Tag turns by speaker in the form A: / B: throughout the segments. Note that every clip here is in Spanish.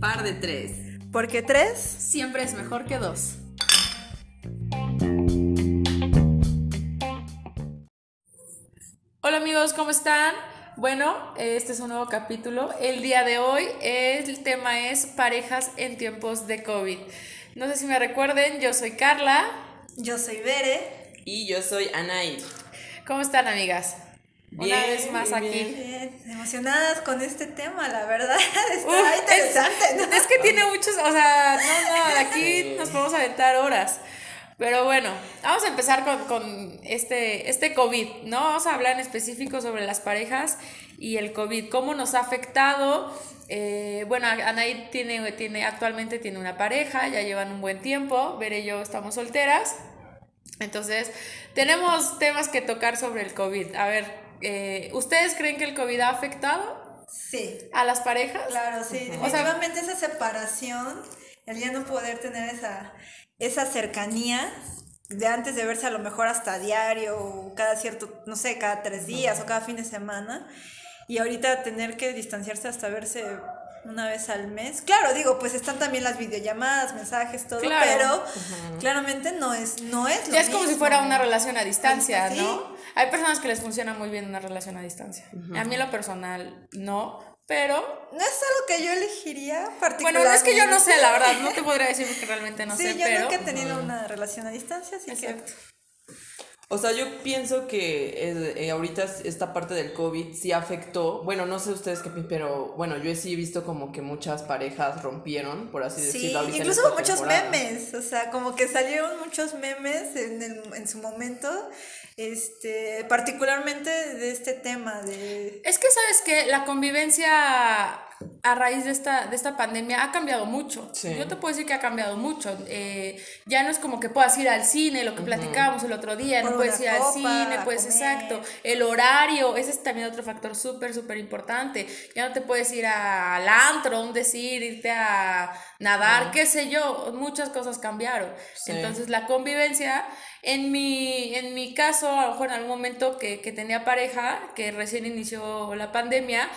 A: Par de tres.
B: Porque tres,
C: Siempre es mejor que dos. Hola amigos, ¿cómo están? Bueno, eh, este es un nuevo capítulo. El día de hoy eh, el tema es parejas en tiempos de COVID. No sé si me recuerden, yo soy Carla.
B: yo soy Bere.
A: Y yo soy Anaí.
C: ¿Cómo están amigas? Una
A: Bien,
C: vez más
A: bien,
C: aquí.
A: bien.
B: Bien, emocionadas con este tema, la verdad. Está
C: Uf, es-
B: interesante, ¿no?
C: Es que tiene muchos, o sea, no, no, aquí nos podemos aventar horas. Pero bueno, vamos a empezar con, con este, este COVID, ¿no? Vamos a hablar en específico sobre las parejas y el COVID, cómo nos ha afectado. Eh, bueno, Anaí tiene, tiene, actualmente tiene una pareja, ya llevan un buen tiempo, Veré y yo estamos solteras. Entonces, tenemos temas que tocar sobre el COVID. A ver, eh, ¿ustedes creen que el COVID ha afectado
B: Sí,
C: a las parejas?
B: claro, sí.
C: O sea-
B: Definitivamente esa separación, el ya no poder tener esa, esa cercanía de antes de verse a lo mejor hasta diario o cada cierto, no sé, cada tres días o cada fin de semana. Y ahorita tener que distanciarse hasta verse una vez al mes. Claro, digo, pues están también las videollamadas, mensajes, todo,
C: Claro.
B: pero claramente no es, no es lo
C: Ya es como si
B: mismo.
C: fuera una relación a distancia,
B: Pues Sí.
C: ¿no? Hay personas que les funciona muy bien una relación a distancia. A mí en lo personal no, pero
B: No es algo que yo elegiría particularmente.
C: bueno, no es que yo no sé, la verdad, no te podría decir porque realmente no
B: sí,
C: sé,
B: yo
C: pero
B: nunca he tenido una relación a distancia, así
C: Exacto.
A: O sea, yo pienso que eh, eh, ahorita esta parte del COVID sí afectó. Bueno, no sé ustedes qué piensan, pero bueno, yo sí he visto como que muchas parejas rompieron, por así
B: que... Sí,
A: decirlo. ahorita en
B: incluso
A: esta
B: hubo muchos
A: temporada.
B: memes, o sea, como que salieron muchos memes en, el- en su momento, este, particularmente de este tema de...
C: Es que sabes que la convivencia a raíz de esta, de esta pandemia ha cambiado mucho.
A: Sí.
C: Yo te puedo decir que ha cambiado mucho. Eh, ya no es como que puedas ir al cine, lo que platicábamos el otro día,
B: Por
C: no puedes ir
B: una
C: al
B: copa,
C: cine,
B: a
C: pues
B: comer.
C: exacto. El horario, ese es también otro factor súper, súper importante. Ya no te puedes ir a- al antro, un decir, irte a nadar, qué sé yo. Muchas cosas cambiaron.
A: Sí.
C: Entonces, entonces, la convivencia, en mi, en mi caso, a lo mejor en algún momento que, que tenía pareja, que recién inició la pandemia,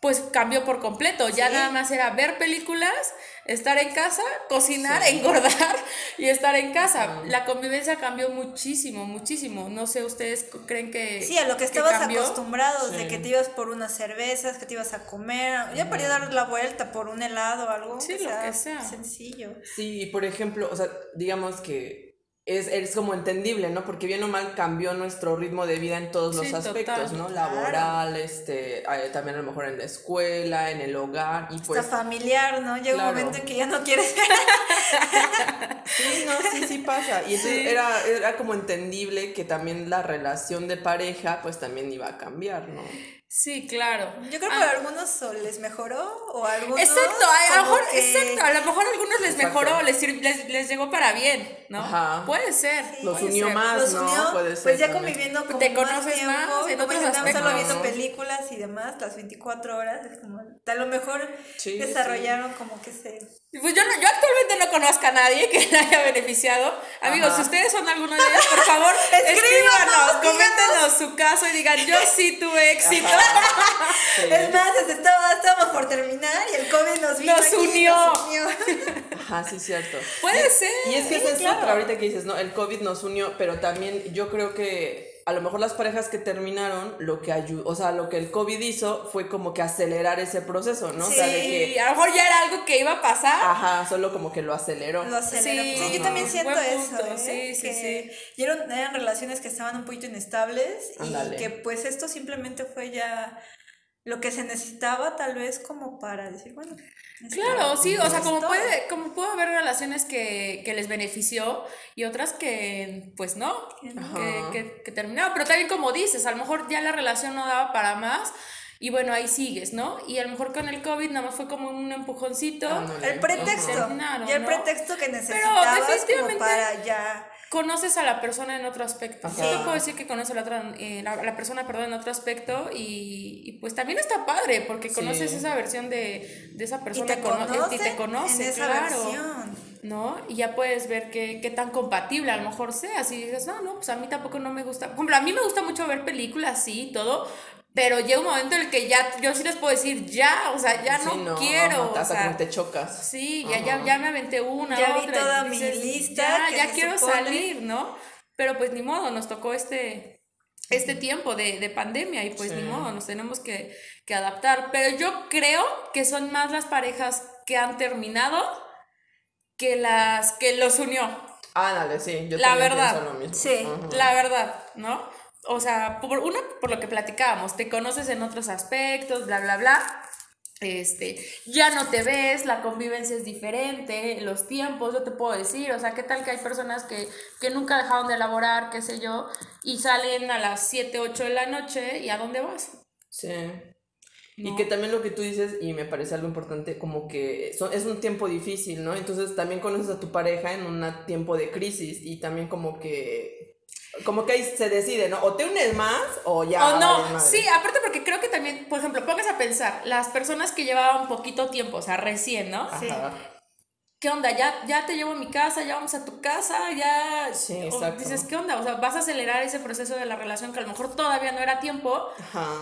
C: pues cambió por completo. Ya
B: Sí.
C: nada más era ver películas, estar en casa, cocinar, engordar y estar en casa. La convivencia cambió muchísimo, muchísimo. No sé, ¿ustedes c- creen que
B: Sí, a lo que
C: eh, que
B: estabas
C: cambió?
B: acostumbrados,
A: Sí.
B: de que te ibas por unas cervezas, que te ibas a comer, ya para ir a dar la vuelta por un helado o algo.
C: Sí,
B: aunque
C: lo que sea.
B: Sencillo.
A: Sí, y por ejemplo, o sea, digamos que es, es como entendible, ¿no? Porque bien o mal cambió nuestro ritmo de vida en todos los
C: Sí,
A: aspectos,
C: total.
A: ¿no?
B: Claro.
A: Laboral, este, eh, también a lo mejor en la escuela, en el hogar, y pues...
B: Está familiar, ¿no? Llega
A: claro.
B: un momento en que ya no quieres
A: Sí, no, sí, sí pasa. Y entonces era, era como entendible que también la relación de pareja, pues también iba a cambiar, ¿no?
C: Sí, claro.
B: Yo creo que
C: Ah,
B: a algunos o les mejoró o a algunos.
C: Exacto, a, a lo
B: como
C: mejor,
B: que-
C: exacto, a lo mejor a algunos les
A: Exacto.
C: mejoró, les, sir- les, les llegó para bien, ¿no?
A: Ajá.
C: Puede ser.
B: Sí.
A: Los
C: puede
A: unió
C: ser.
A: más,
B: Los
A: ¿no?
B: unió,
A: Puede ser
B: pues ya
A: también.
B: conviviendo como
C: Te
B: más
C: conoces
B: tiempo,
C: más en
B: como
C: otros
B: si andaban solo
C: aspectos,
B: viendo
A: ¿no?
B: películas y demás, las 24 horas, es como, a lo mejor
A: Sí,
B: desarrollaron como que se...
C: Pues yo, no- yo actualmente no conozco a nadie que le haya beneficiado. Amigos,
A: Ajá.
C: si ustedes son alguno de ellos, por favor,
B: Escríbanos,
C: escríbanos,
B: díganos.
C: coméntenos su caso y digan, yo sí tuve éxito.
A: Sí.
B: Es más, desde estaba- estábamos por terminar y el COVID nos vino
C: Nos
B: aquí,
C: unió.
B: nos unió.
A: Ajá, sí, cierto.
C: Puede ser.
A: Y es que
C: sí,
A: esa es
C: claro.
A: otra, ahorita que dices, ¿no? El COVID nos unió, pero también yo creo que a lo mejor las parejas que terminaron, lo que ayudó, o sea, lo que el COVID hizo fue como que acelerar ese proceso, ¿no? O sea, de
C: Sí,
A: que,
C: a lo mejor ya era algo que iba a pasar.
A: ajá, solo como que lo aceleró.
B: Lo aceleró.
C: Sí,
B: Sí, yo también
C: ajá.
B: siento
C: Buen
B: eso.
C: punto,
B: ¿eh?
C: sí, sí,
B: que y eran, eran relaciones que estaban un poquito inestables
A: Ándale.
B: y que pues esto simplemente fue ya lo que se necesitaba tal vez como para decir, bueno. esto-
C: Claro, sí, o sea,
B: esto-
C: como puede, como puede haber relaciones que, que les benefició y otras que pues no, que,
A: Ajá.
C: que, que terminaron. Pero también como dices, a lo mejor ya la relación no daba para más y bueno, ahí sigues, ¿no? Y a lo mejor con el COVID nada más fue como un empujoncito.
A: Ándale.
B: El pretexto.
C: Terminaron,
B: ya el
C: ¿no?
B: pretexto que necesitabas como
C: definitivamente-
B: para ya.
C: Conoces a la persona en otro aspecto.
A: Ajá.
C: Yo te puedo decir que conoces a la, otra, eh, la, la persona perdón, en otro aspecto y, y, pues también está padre porque
A: Sí.
C: conoces esa versión de, de esa
B: Y
C: persona
B: te
C: cono-
B: conoce,
C: y te conoce,
B: en esa
C: claro.
B: versión.
C: ¿no? Y ya puedes ver qué, qué tan compatible a lo mejor sea. Si dices, no, no, pues a mí tampoco no me gusta. Por ejemplo, a mí me gusta mucho ver películas, sí, y todo, Pero llega un momento en el que ya, yo sí les puedo decir, ya, o sea, ya
A: Sí,
C: no, quiero.
A: ajá,
C: o
A: te- hasta
C: sea,
A: como te chocas.
C: Sí, ya, ya, ya me aventé una,
B: Ya vi
C: otra.
B: toda
C: y
B: mi lista
C: Ya,
B: que
C: ya
B: se
C: quiero
B: supone".
C: salir, ¿no? Pero pues ni modo, nos tocó este, este tiempo de, de pandemia y pues
A: Sí.
C: ni modo, nos tenemos que, que adaptar. Pero yo creo que son más las parejas que han terminado que las que los unió,
A: Ándale, Ah, sí, yo
C: La
A: también
C: verdad,
A: pienso lo mismo.
B: sí,
A: Ajá.
C: la verdad, ¿no? O sea, por una, por lo que platicábamos, te conoces en otros aspectos, bla, bla, bla. Este, ya no te ves, la convivencia es diferente, los tiempos, yo te puedo decir, o sea, ¿qué tal que hay personas que, que nunca dejaron de elaborar, qué sé yo, y salen a las 7, 8 de la noche y a dónde vas?
A: Sí. Y
C: No.
A: que también lo que tú dices, y me parece algo importante, como que son- es un tiempo difícil, ¿no? Entonces también conoces a tu pareja en un tiempo de crisis y también como que, como que ahí se decide, ¿no? O te unes más o ya.
C: O
A: vale
C: no,
A: madre.
C: sí, aparte porque creo que también, por ejemplo, pongas a pensar, las personas que llevaban poquito tiempo, o sea, recién, ¿no?
A: Ajá.
B: sí.
C: ¿qué onda? Ya, ya te llevo a mi casa, ya vamos a tu casa, ya...
A: Sí,
C: o
A: exacto.
C: dices, ¿qué onda? O sea, vas a acelerar ese proceso de la relación que a lo mejor todavía no era tiempo
A: Ajá.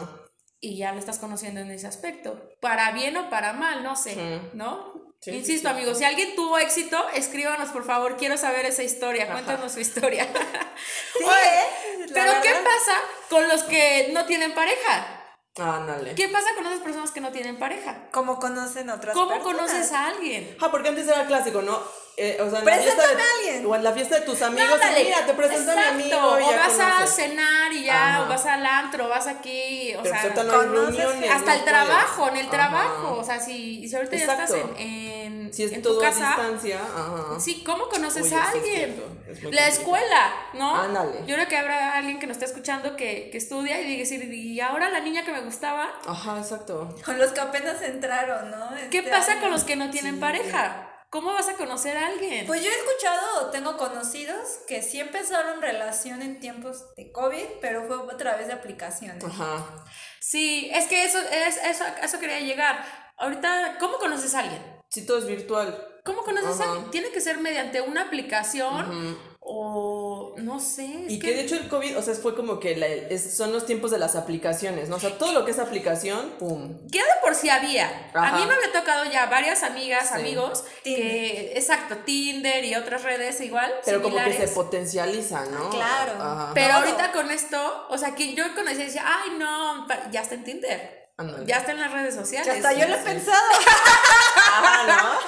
C: y ya lo estás conociendo en ese aspecto. Para bien o para mal, no sé,
A: Sí.
C: ¿no?
A: Sí,
C: Insisto,
A: sí, sí.
C: amigos, si alguien tuvo éxito, escríbanos, por favor, quiero saber esa historia,
A: Ajá.
C: cuéntanos su historia.
B: Sí,
C: Oye,
B: ¿eh? La
C: Pero, ¿qué
B: verdad.
C: pasa con los que no tienen pareja?
A: Ándale.
C: ¿Qué pasa con esas personas que no tienen pareja?
B: ¿Cómo conocen otras
C: ¿Cómo
B: personas?
C: conoces a alguien?
A: Ah, porque antes era clásico, ¿no? Eh, o sea, en
B: Preséntame
A: de,
B: a alguien.
A: O en la fiesta de tus amigos, y
C: Ándale.
A: mira, te presento a mi
C: Exacto.
A: amigo. y
C: O
A: ya
C: vas a
A: conoces.
C: cenar y ya,
A: Ajá.
C: o vas al antro, vas aquí, o
A: Pero
C: sea,
A: ahorita no hay
B: conoces
A: reuniones,
C: hasta
A: no
C: el
A: puedes.
C: trabajo, en el
A: Ajá.
C: trabajo, o sea, si, si ahorita ya
A: Exacto.
C: estás en, en,
A: Si es
C: en tu
A: todo a
C: casa,
A: distancia, ajá.
C: sí, ¿cómo conoces
A: Oye,
C: a
A: sí es
C: alguien?
A: cierto, es muy
C: la
A: complicado.
C: escuela, ¿no?
A: Ándale.
C: Yo creo que habrá alguien que nos está escuchando que, que estudia y diga, "Sí, y ahora la niña que me gustaba,
A: Ajá, exacto.
B: Con los que apenas entraron, ¿no?
C: ¿qué
B: Este
C: pasa
B: año.
C: con los que no tienen pareja? ¿Cómo vas a conocer a alguien?
B: Pues yo he escuchado o tengo conocidos que sí empezaron relación en tiempos de COVID, pero fue a través de aplicaciones.
A: Ajá.
C: sí, es que eso, es, eso, a eso quería llegar. Ahorita, ¿cómo conoces a alguien?
A: Si todo es virtual.
C: ¿Cómo conoces
A: Ajá.
C: a alguien? Tiene que ser mediante una aplicación
A: Ujú.
C: o no sé. es
A: Y que, de hecho el COVID, o sea, fue como que la- es- son los tiempos de las aplicaciones, ¿no? O sea, todo lo que es aplicación, pum.
C: que de por sí había.
A: Ajá.
C: A mí me había tocado ya varias amigas,
A: Sí.
C: amigos, que, exacto, Tinder y otras redes igual.
A: Pero como que
C: similares.
A: se potencializa, ¿no?
B: Claro.
A: Ajá.
C: Pero
B: Todo.
C: ahorita con esto, o sea, quien yo conocía decía, ay, no, pa- ya está en Tinder.
A: Ándale.
C: Ya está en las redes sociales.
B: Que hasta yo lo he
A: sí.
B: pensado.
A: Ajá,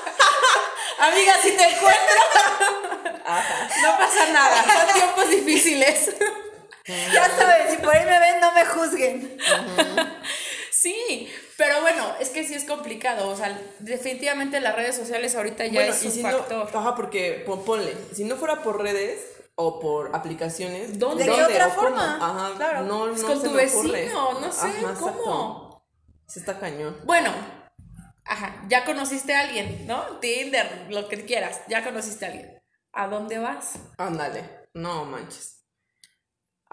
B: Amiga, si te encuentro,
A: ¿no? Ajá.
C: No pasa nada, son tiempos difíciles.
B: ya saben, si por ahí me ven, no me juzguen.
C: sí, pero bueno, es que sí es complicado. O sea, definitivamente las redes sociales ahorita ya
A: Bueno,
C: es
A: y
C: un
A: si
C: factor.
A: no, ajá, porque pon- ponle, si no fuera por redes o por aplicaciones,
C: ¿Dónde?
A: ¿dónde?
C: ¿De qué
B: otra
A: o cómo?
B: forma?
A: Ajá,
B: Claro.
A: no, no
C: Pues con
A: se
C: tu
A: me ocurre.
C: vecino, no sé,
A: Ajá,
C: ¿cómo?
A: exacto. Sí está cañón.
C: Bueno, ajá, ya conociste a alguien, ¿no? Tinder, lo que quieras, ya conociste a alguien. ¿A dónde vas?
A: Ándale, no manches.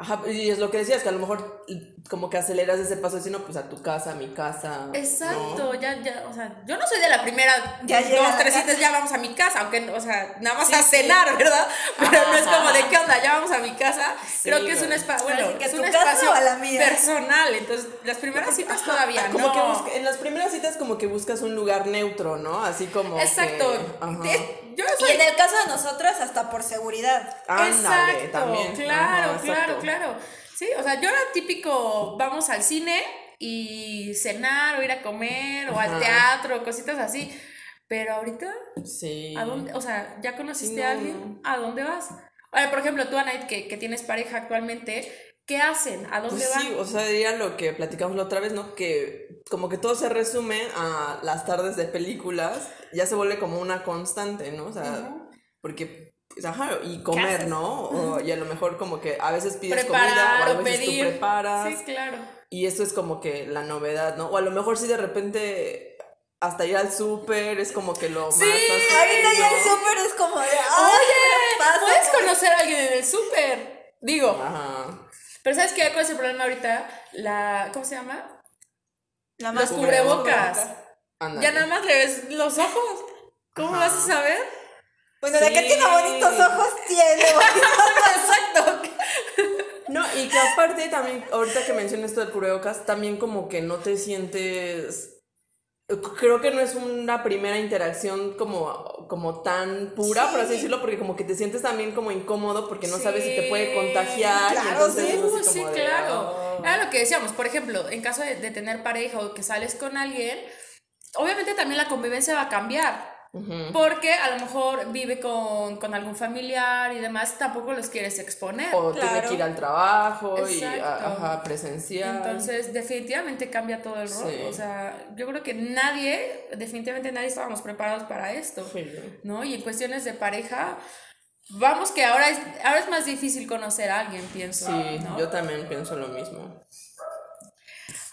A: Ajá, y es lo que decías, que a lo mejor como que aceleras ese paso, sino pues a tu casa, a mi casa.
C: Exacto, ya, ya, o sea, yo no soy de la primera,
B: Ya llega a
C: dos,
B: la
C: tres
B: casa.
C: citas, ya vamos a mi casa, aunque, o sea, nada más
A: Sí,
C: a
A: sí.
C: cenar, ¿verdad? Pero no es
A: Ajá.
C: como de qué onda, ya vamos a mi casa.
A: Sí,
C: Creo que es un,
A: güey.
C: espacio, bueno,
B: Así que
C: es
B: a
C: un
B: tu casa
C: espacio
B: o a la mía.
C: personal, entonces las primeras citas todavía,
A: Ah, Como
C: no.
A: que busca- en las primeras citas como que buscas un lugar neutro, ¿no? Así como
C: Exacto,
A: que- ajá.
C: De- yo
A: Pues
C: soy
B: Y en el caso de nosotras, hasta por seguridad.
A: Ándale,
C: exacto,
A: también.
C: Claro,
A: Ajá,
C: claro,
A: exacto.
C: claro. Sí, o sea, yo era típico, vamos al cine y cenar o ir a comer o al
A: Ajá.
C: teatro, cositas así. Pero ahorita,
A: Sí.
C: ¿a dónde? O sea, ¿ya conociste
A: Sí, no,
C: a
A: no.
C: alguien? ¿A dónde vas? Ahora, por ejemplo, tú, Anaid, que, que tienes pareja actualmente, ¿qué hacen? ¿A dónde
A: Pues
C: van?
A: sí, o sea, diría lo que platicamos la otra vez, ¿no? Que como que todo se resume a las tardes de películas, ya se vuelve como una constante, ¿no? O sea,
C: Ajá.
A: porque, pues, ajá, y
C: ¿Qué
A: comer,
C: haces?
A: ¿no? O- y a lo mejor como que a veces pides comida
C: Preparar
A: o a
C: o
A: veces
C: pedir.
A: tú preparas.
C: Sí, claro.
A: Y eso es como que la novedad, ¿no? O a lo mejor si de repente hasta ir al súper es como que lo más...
C: Sí,
A: fácil,
B: Ahorita ya
A: ¿no?
B: el súper es como de, ¡ay, pasa
C: Puedes
B: por-
C: conocer a alguien en el súper. Digo,
A: Ah. Ajá.
C: pero ¿sabes qué? ¿Cuál es el problema ahorita? La, ¿Cómo se llama?
B: La
C: Los
B: máscara.
C: cubrebocas.
A: ándale.
C: Ya nada más le ves los ojos. ¿Cómo
A: Ajá.
C: vas a saber?
B: Bueno, de
A: Sí.
B: que tiene bonitos ojos, tiene.
C: Exacto.
A: No, No, y que aparte también, ahorita que mencionas esto del cubrebocas, también como que no te sientes. Creo que no es una primera interacción como, como tan pura, por así
B: Sí.
A: decirlo, porque como que te sientes también como incómodo porque no
C: Sí.
A: sabes si te puede contagiar. y
B: Claro,
A: entonces
B: sí.
A: es así
C: Uh, sí,
A: como de,
C: claro.
A: ah.
C: Era lo que decíamos, por ejemplo, en caso de, de tener pareja o que sales con alguien, obviamente también la convivencia va a cambiar.
A: Ujú.
C: Porque a lo mejor vive con, con algún familiar y demás, tampoco los quieres exponer.
A: O tiene
B: Claro.
A: que ir al trabajo y
C: Exacto.
A: a- ajá, presencial.
C: Entonces, definitivamente cambia todo el rol.
A: Sí.
C: O sea, yo creo que nadie, definitivamente nadie estábamos preparados para esto.
A: Sí.
C: ¿no? Y en cuestiones de pareja, vamos que ahora es, ahora es más difícil conocer a alguien, pienso.
A: Sí,
C: ¿no?
A: yo también pienso lo mismo.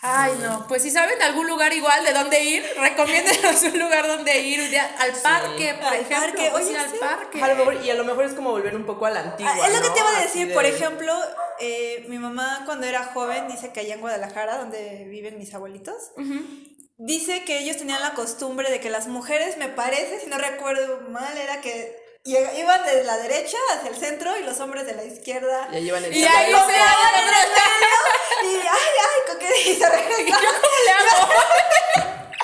C: Ay, no. Pues si saben de algún lugar igual de dónde ir, recomiéndenos un lugar donde ir. un día al parque, por
B: Al
C: ejemplo.
B: parque,
C: pues,
B: oye,
C: ir al
B: sí.
C: parque.
A: A lo mejor- y a lo mejor es como volver un poco a la antigua.
B: Ah, es lo que
A: ¿no?
B: te iba a
A: Así
B: decir,
A: de-
B: por ejemplo, eh, mi mamá cuando era joven, dice que allá en Guadalajara, donde viven mis abuelitos, dice que ellos tenían la costumbre de que las mujeres, me parece, si no recuerdo mal, era que lleg- iban de la derecha hacia el centro y los hombres de la izquierda.
A: Ya llevan el
C: Y ahí
B: Compraban
C: se hagan
B: en
C: otras-
B: el medio, y ay, ay, con qué y se
C: ¿Yo
B: regresaban.
C: cómo le hago?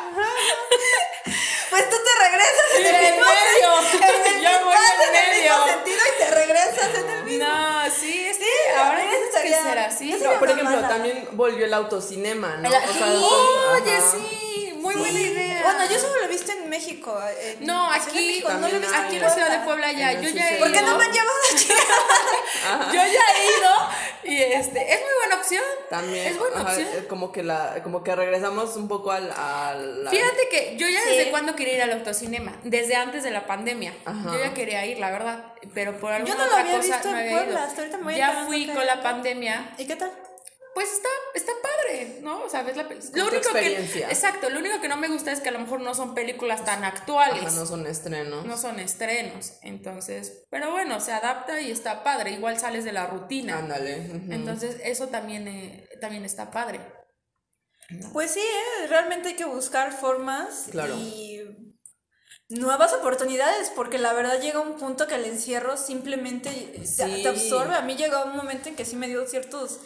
B: Pues tú te regresas en
C: En
B: el
C: el
B: mismo
C: medio.
B: en el
C: Yo
B: mismo-
C: voy en
B: en el mismo
C: medio.
B: sentido y te regresas en el mismo.
C: No, sí, es que ahora
B: eso
C: es que
B: estaría-
C: será así.
B: eso
A: No, por
B: una
A: ejemplo,
B: mala.
A: también volvió el autocinema, ¿no?
C: El-
A: son-
C: Oye,
A: ajá.
C: sí, muy buena idea.
B: Bueno, yo solo lo he visto en México. en-
C: No,
B: en Ciudad de
C: aquí,
B: México, no lo he
A: también
B: visto
C: aquí en la ciudad de
B: Puebla.
C: Puebla ya,
A: En
C: yo
A: el
C: ya he
A: Suceso.
B: ¿Por qué no
C: ido.
B: me han llevado a Chiapas?
C: Yo ya he ido y este es muy buena opción.
A: También.
C: Es buena
A: ajá,
C: opción.
A: eh, Como que, la, como que regresamos un poco al. a la-
C: Fíjate que yo ya
B: Sí.
C: desde cuando quería ir al autocinema, desde antes de la pandemia.
A: Ajá.
C: Yo ya quería ir, la verdad, pero por alguna
B: no lo
C: otra
B: había
C: cosa
B: visto
C: no
B: en
C: había
B: Puebla,
C: ido.
B: hasta ahorita me voy
C: Ya
B: enterando
C: fui
B: que-
C: con la pandemia.
B: ¿Y qué tal?
C: Pues está está padre, ¿no? O sea, ves la pel-
A: tu
C: lo único que
A: experiencia.
C: Exacto, lo único que no me gusta es que a lo mejor no son películas tan actuales.
A: Ajá, no son estrenos.
C: no son estrenos, entonces, pero bueno, se adapta y está padre, igual sales de la rutina.
A: Ándale. ujú.
C: Entonces, eso también, eh, también está padre.
B: Pues sí, ¿eh? realmente hay que buscar formas
A: Claro.
B: y nuevas oportunidades, porque la verdad llega un punto que el encierro simplemente te- te,
A: Sí.
B: absorbe. A mí llegó un momento en que sí me dio ciertos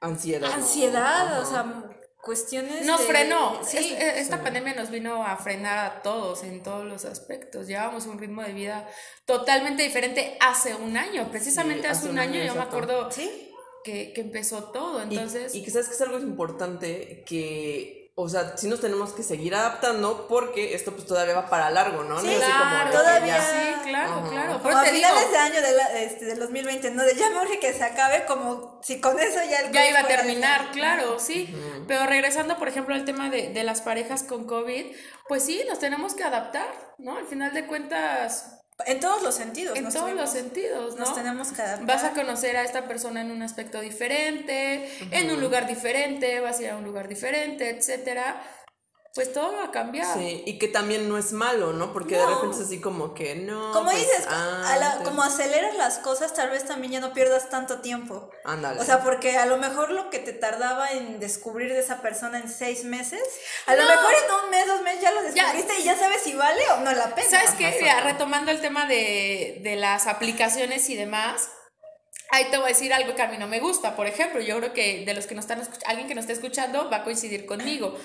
A: Ansiedad. ¿no?
B: ansiedad,
A: Ajá.
B: o sea, cuestiones.
C: Nos
B: de-
C: frenó.
B: Este, Sí,
C: Es- e- esta pandemia nos vino a frenar a todos en todos los aspectos. Llevábamos un ritmo de vida totalmente diferente hace un año. Precisamente hace, un año, yo me
A: exacto.
C: acuerdo
B: sí.
C: que, que empezó todo.
A: Y-
C: Entonces,
A: Y, quizás que es algo importante que, o sea, sí nos tenemos que seguir adaptando porque esto pues todavía va para largo, ¿no? No
B: Sí,
A: es así como de
C: claro,
A: que
B: todavía.
A: ya-
C: Sí, claro,
A: Ajá.
C: claro. Por
B: Como
C: eso
B: a
C: te digo,
B: finales de año de la- este, del 2020, no, de ya me urge que se acabe, como si con eso ya el
C: ya
B: COVID
C: iba a
B: fuera
C: terminar,
B: de-
C: claro, sí. Pero regresando, por ejemplo, al tema de, de las parejas con COVID, pues sí, nos tenemos que adaptar, ¿no? Al final de cuentas,
B: En todos los sentidos.
C: en
B: nos
C: todos
B: tuvimos-
C: los sentidos, ¿no?
B: Nos tenemos que adaptar.
C: Vas a conocer a esta persona en un aspecto diferente, en un lugar diferente, vas a ir a un lugar diferente, etcétera. Pues todo va a cambiar.
A: Sí, y que también no es malo, ¿no? Porque de
B: No.
A: repente es así como que no.
B: Como
A: pues,
B: dices, a
C: Ah,
B: la-
A: antes.
B: como aceleras las cosas, tal vez también ya no pierdas tanto tiempo.
A: Ándale.
B: O sea, porque a lo mejor lo que te tardaba en descubrir de esa persona en seis meses, a lo
C: No.
B: mejor en un mes, dos meses ya lo descubriste y ya sabes si vale o no la pena.
C: ¿Sabes qué?
A: Ajá,
C: Mira,
A: exacto.
C: retomando el tema de, de las aplicaciones y demás, ahí te voy a decir algo que a mí no me gusta. Por ejemplo, yo creo que de los que nos están escuch- alguien que nos esté escuchando va a coincidir conmigo.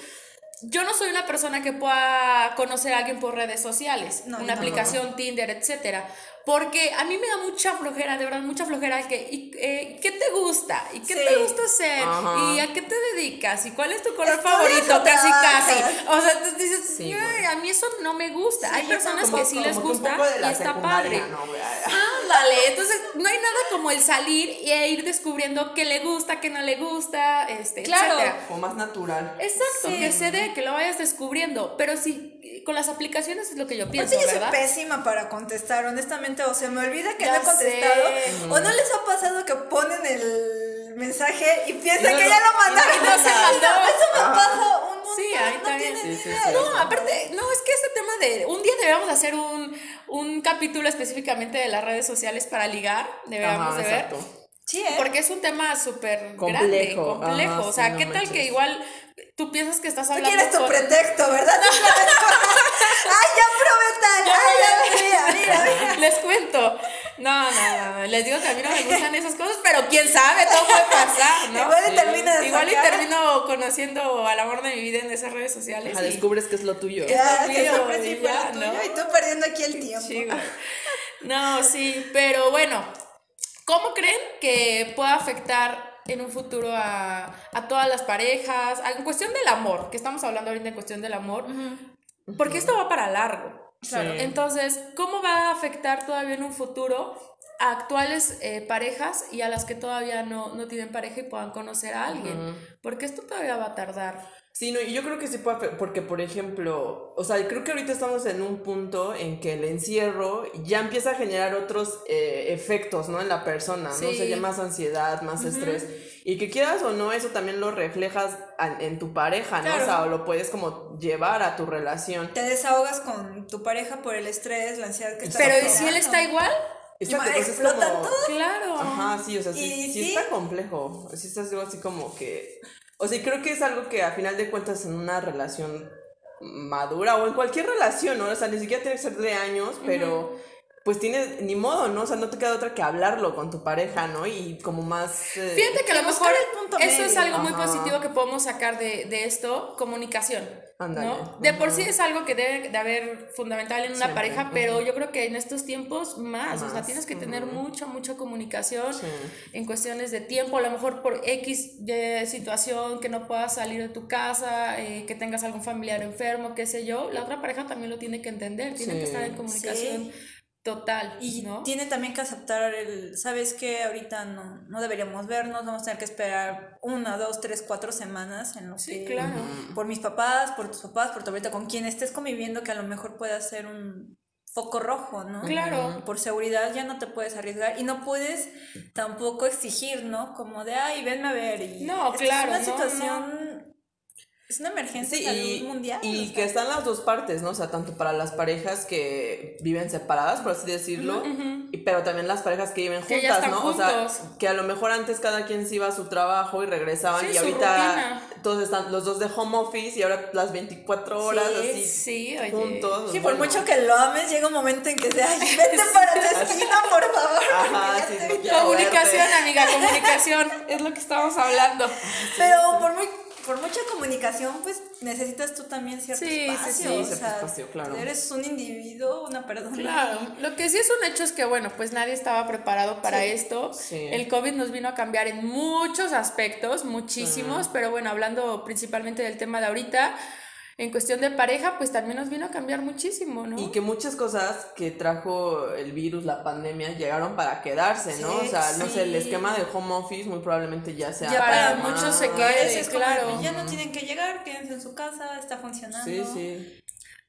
C: Yo no soy una persona que pueda conocer a alguien por redes sociales,
B: No, yo
C: una
B: tampoco.
C: aplicación, Tinder, etcétera, porque a mí me da mucha flojera, de verdad, mucha flojera el que y, eh, ¿qué te gusta? ¿Y qué
B: Sí.
C: te gusta hacer?
A: Ajá.
C: ¿Y a qué te dedicas? ¿Y cuál es tu color
B: ¿Estudias
C: favorito?
B: o
C: Casi casi.
B: trabajas?
C: O sea, tú dices,
A: Sí,
C: "Ay, a mí eso no me gusta.
B: Sí,
C: Hay
B: yo
C: personas
A: Como-
C: que sí
A: como
C: les
A: que un
C: gusta
A: poco de
C: y
A: la
C: está
A: secundaria,
C: padre.
A: ¿no?
C: Ándale, entonces no hay nada como el salir e ir descubriendo qué le gusta, qué no le gusta, este,
B: Claro.
C: etcétera.
A: Como más natural.
C: Exacto,
B: Sí.
C: que se dé, que lo vayas descubriendo. Pero sí, con las aplicaciones es lo que yo pienso,
B: Aparte, yo soy
C: ¿verdad?
B: pésima para contestar, honestamente, o se me olvida que
C: Ya
B: no he contestado,
C: sé.
B: o no les ha pasado que ponen el mensaje y piensan
A: Y no
B: que
A: lo-
B: ya
A: y
B: lo mandaron.
C: no se mandó.
B: Eso me pasa un montón,
C: Sí, ahí
B: no
C: también.
B: tienen
A: Sí, sí,
B: idea.
A: sí.
C: No, aparte, no, es que este tema de. Un día deberíamos hacer un, un capítulo específicamente de las redes sociales para ligar. Deberíamos
A: Ajá,
C: de Eh, ver.
A: exacto.
B: Sí, ¿eh?
C: Porque es un tema súper grande,
A: Complejo,
C: complejo.
A: ajá,
C: o sea,
A: sí, no
C: ¿qué tal que
A: manches.
C: igual tú piensas que estás
B: Tú
C: hablando
B: quieres tu
C: con-
B: pretexto, ¿verdad? ay, ya probé tal, ay, ya mira, mira, mira.
C: Les cuento. No, no, no, no, les digo que a mí no me gustan esas cosas, pero quién sabe, todo puede pasar, ¿no?
B: Igual y terminas
C: Sí. Igual y
B: acá.
C: termino conociendo al amor de mi vida en esas redes sociales.
A: Ajá,
C: y-
A: descubres que es lo tuyo.
C: ¿Qué?
B: Ya,
C: lo
B: que
C: mío,
B: siempre sí
C: y
B: fue lo
C: ya,
B: tuyo,
C: ¿no?
B: y tú perdiendo aquí el tiempo.
C: Sí, güey. No, sí, pero bueno, ¿cómo creen que pueda afectar en un futuro a, a todas las parejas? A- En cuestión del amor, que estamos hablando ahorita en cuestión del amor, porque esto va para largo.
A: Claro.
C: Entonces, ¿cómo va a afectar todavía en un futuro a actuales eh, parejas y a las que todavía no, no tienen pareja y puedan conocer a alguien?
A: Ujú.
C: Porque esto todavía va a tardar.
A: Sí, no, y yo creo que sí puede afe- porque por ejemplo, o sea, creo que ahorita estamos en un punto en que el encierro ya empieza a generar otros eh, efectos, ¿no? En la persona, ¿no? O sea,
C: Sí.
A: ya más ansiedad, más estrés. Y que quieras o no, eso también lo reflejas a- en tu pareja, ¿no?
C: Claro.
A: O sea, o lo puedes como llevar a tu relación.
B: Te desahogas con tu pareja por el estrés, la ansiedad que está
C: Pero ¿y si él está igual?
A: Exacto,
B: ma,
A: pues es
B: explotan
A: como-
B: todo.
C: Claro.
A: Ajá, sí, o sea, sí,
B: Y
A: sí
B: sí.
A: está complejo. Sí está algo así como que. O sea, y creo que es algo que a final de cuentas en una relación madura o en cualquier relación, ¿no? O sea, ni siquiera tiene que ser de años, pero pues tienes ni modo, ¿no? O sea, no te queda otra que hablarlo con tu pareja, ¿no? Y como más. eh,
C: Fíjate que a lo
B: buscar
C: mejor
B: Pues el punto
C: eso es
B: medio.
C: algo muy
A: Ajá.
C: positivo que podemos sacar de, de esto, comunicación.
A: Ándale.
C: ¿no? De por sí
A: Ajá.
C: es algo que debe de haber fundamental en una
A: Siempre,
C: pareja,
A: ajá.
C: pero yo creo que en estos tiempos más, o sea,
A: Más,
C: tienes que tener
A: ujú.
C: mucha, mucha comunicación
A: sí.
C: en cuestiones de tiempo, a lo mejor por X de situación, que no puedas salir de tu casa, eh, que tengas algún familiar enfermo, qué sé yo, la otra pareja también lo tiene que entender, tiene que
A: Sí.
C: estar en comunicación total.
B: Y
C: ¿no?
B: tiene también que aceptar el, ¿sabes qué? Ahorita no, no deberíamos vernos, vamos a tener que esperar una, dos, tres, cuatro semanas en lo
C: Sí,
B: que-
C: claro.
B: Por mis papás, por tus papás, por tu ahorita, con quien estés conviviendo, que a lo mejor pueda ser un foco rojo, ¿no?
C: Claro.
B: Por seguridad ya no te puedes arriesgar y no puedes tampoco exigir, ¿no? Como de, ay, venme a ver. Y
C: No,
B: es que
C: claro,
B: Es una
C: no,
B: situación, es una emergencia
A: Sí,
B: de salud
A: y,
B: mundial.
A: y
B: o
A: que
B: sea.
A: están las dos partes, ¿no? O sea, tanto para las parejas que viven separadas, por así decirlo,
C: ujú.
A: y- pero también las parejas que viven
C: Que
A: juntas,
C: ya están
A: ¿no? O
C: juntos.
A: sea, que a lo mejor antes cada quien se iba a su trabajo y regresaban
C: Sí,
A: y
C: su
A: ahorita
C: rutina.
A: todos están los dos de home office y ahora las 24 horas
B: Sí,
A: así
C: Sí, oye.
A: juntos.
B: Sí, por
A: bueno.
B: mucho que lo ames, llega un momento en que te ay, vete para tu esquina, por favor.
A: Ajá,
B: porque
A: sí,
B: ya te
A: sí,
B: vi".
A: ya.
C: Comunicación,
A: fuerte.
C: amiga, comunicación. Es lo que estamos hablando.
B: Pero por, muy, por mucha comunicación, pues necesitas tú también cierto
C: Sí, sí,
B: espacio.
C: sí,
B: o
A: cierto
B: sea,
A: espacio, claro.
B: Eres un individuo, una persona.
C: Claro. Lo que sí es un hecho es que, bueno, pues nadie estaba preparado para
B: Sí.
C: esto.
A: Sí.
C: El COVID nos vino a cambiar en muchos aspectos, muchísimos, pero bueno, hablando principalmente del tema de ahorita, en cuestión de pareja, pues también nos vino a cambiar muchísimo, ¿no?
A: Y que muchas cosas que trajo el virus, la pandemia, llegaron para quedarse, ¿no?
B: Sí,
A: o sea, no
C: sí.
A: sé, el esquema de home office muy probablemente ya sea.
C: Ya para
A: más.
C: muchos se
B: Y
C: quede,
B: eso es como,
C: claro.
B: ya no tienen que llegar, quédense en su casa, está funcionando.
A: Sí, sí.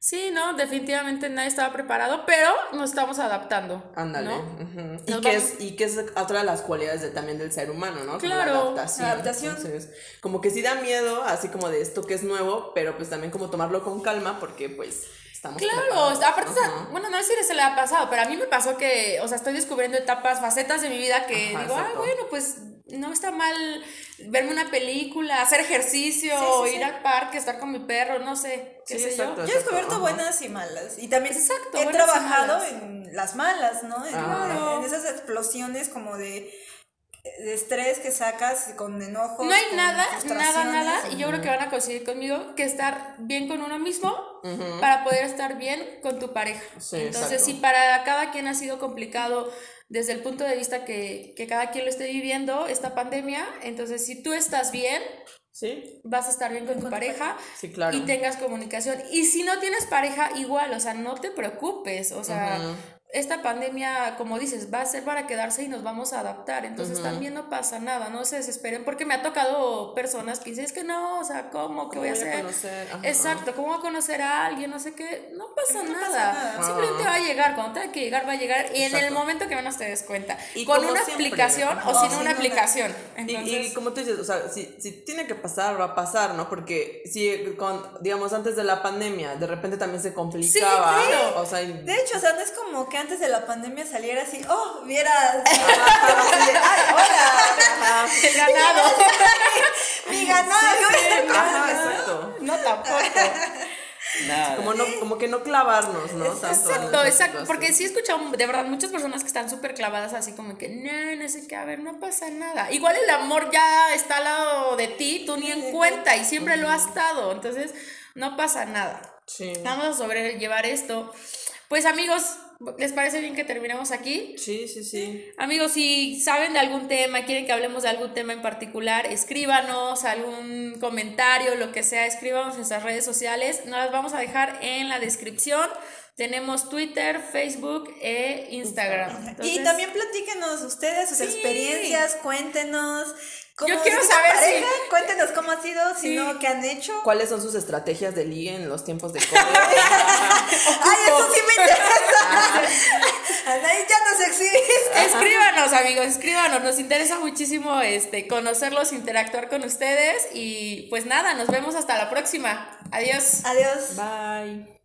C: Sí, no, definitivamente nadie estaba preparado, pero nos estamos adaptando.
A: Ándale.
C: ¿no?
A: ujú.
C: Nos
A: Y, que
C: vamos-
A: es, y que es otra de las cualidades de- también del ser humano, ¿no? Como
C: Claro,
A: La adaptación.
B: la adaptación.
A: Entonces, como que sí da miedo, así como de esto que es nuevo, pero pues también como tomarlo con calma porque pues estamos.
C: Claro,
A: preparados,
C: aparte, o sea,
A: ajá.
C: bueno, no sé si se le ha pasado, pero a mí me pasó que, o sea, estoy descubriendo etapas, facetas de mi vida que
A: Ajá,
C: digo, ah,
A: exacto.
C: bueno, pues no está mal verme una película, hacer ejercicio,
B: Sí, sí,
C: ir
B: sí.
C: al parque, estar con mi perro, no sé, qué
A: Sí,
C: sé
A: exacto.
B: Yo
C: yo.
B: he descubierto
A: Ajá.
B: buenas y malas. Y también
C: Exacto,
B: he
C: buenas y
B: trabajado
C: malas.
B: en las malas, ¿no? En,
A: Claro.
B: en esas explosiones como de, de estrés que sacas con enojo.
C: No hay nada, nada, nada, y yo creo que van a coincidir conmigo que estar bien con uno mismo
A: Ujú.
C: para poder estar bien con tu pareja.
A: Sí,
C: Entonces,
A: exacto.
C: si para cada quien ha sido complicado desde el punto de vista que, que cada quien lo esté viviendo, esta pandemia, entonces si tú estás bien,
A: Sí,
C: vas a estar bien con tu
B: tu
C: pareja
A: sí, claro.
C: y tengas comunicación. Y si no tienes pareja, igual, o sea, no te preocupes, o sea,
A: Ujú.
C: esta pandemia, como dices, va a ser para quedarse y nos vamos a adaptar, entonces
A: Ujú.
C: también no pasa nada, no se desesperen, porque me ha tocado personas que dicen, es que no, o sea, ¿cómo? ¿Qué
A: ¿Cómo
C: voy a hacer?
A: conocer? Ajá.
C: Exacto, ¿cómo voy a conocer a alguien? No sé qué, no pasa
B: No
C: nada.
B: pasa nada.
C: Simplemente
A: Ajá.
C: va a llegar, cuando tenga que llegar, va a llegar y en el
A: Exacto.
C: momento que menos te des cuenta.
A: Y
C: con
A: como
C: una
A: siempre,
C: aplicación o
A: ¿no?
C: sin
B: sin
C: una
B: una-
C: aplicación.
A: Y- y
C: Entonces,
A: como tú dices, o sea, si, si tiene que pasar, va a pasar, ¿no? Porque si, con, digamos, antes de la pandemia, de repente también se complicaba.
C: claro.
A: O sea, y-
B: De hecho, o sea, no es como que antes de la pandemia saliera así, oh, vieras
A: Ajá, ajá.
C: el ganado.
B: mi ganado.
A: Ajá, exacto.
C: No, tampoco. No,
A: Como, no, como que no clavarnos, ¿no? Tanto en esas
C: Exacto, exacto.
A: situaciones.
C: Porque sí he escuchado de verdad muchas personas que están súper clavadas así como que, no, no sé qué, a ver, no pasa nada. Igual el amor ya está al lado de ti, tú ni en cuenta y siempre lo has estado. Entonces, no pasa nada.
A: Sí.
C: Vamos a sobrellevar esto. Pues amigos, ¿les parece bien que terminemos aquí?
A: Sí, sí, sí.
C: Amigos, si saben de algún tema, quieren que hablemos de algún tema en particular, escríbanos algún comentario, lo que sea, escríbanos en nuestras redes sociales. Nos las vamos a dejar en la descripción. Tenemos Twitter, Facebook e Instagram. Entonces,
B: y también platíquenos ustedes sus
C: Sí.
B: experiencias, cuéntenos.
C: Yo quiero
B: si tienen
C: saber si-
B: Cuéntenos cómo ha sido,
C: Sí.
B: si no, qué han hecho.
A: ¿Cuáles son sus estrategias de ligue en los tiempos de COVID?
B: ¡Ay, eso sí me interesa! Anaí, ya nos exhibiste.
C: Escríbanos, amigos, escríbanos. Nos interesa muchísimo este, conocerlos, interactuar con ustedes. Y pues nada, nos vemos hasta la próxima. Adiós.
B: Adiós.
A: Bye.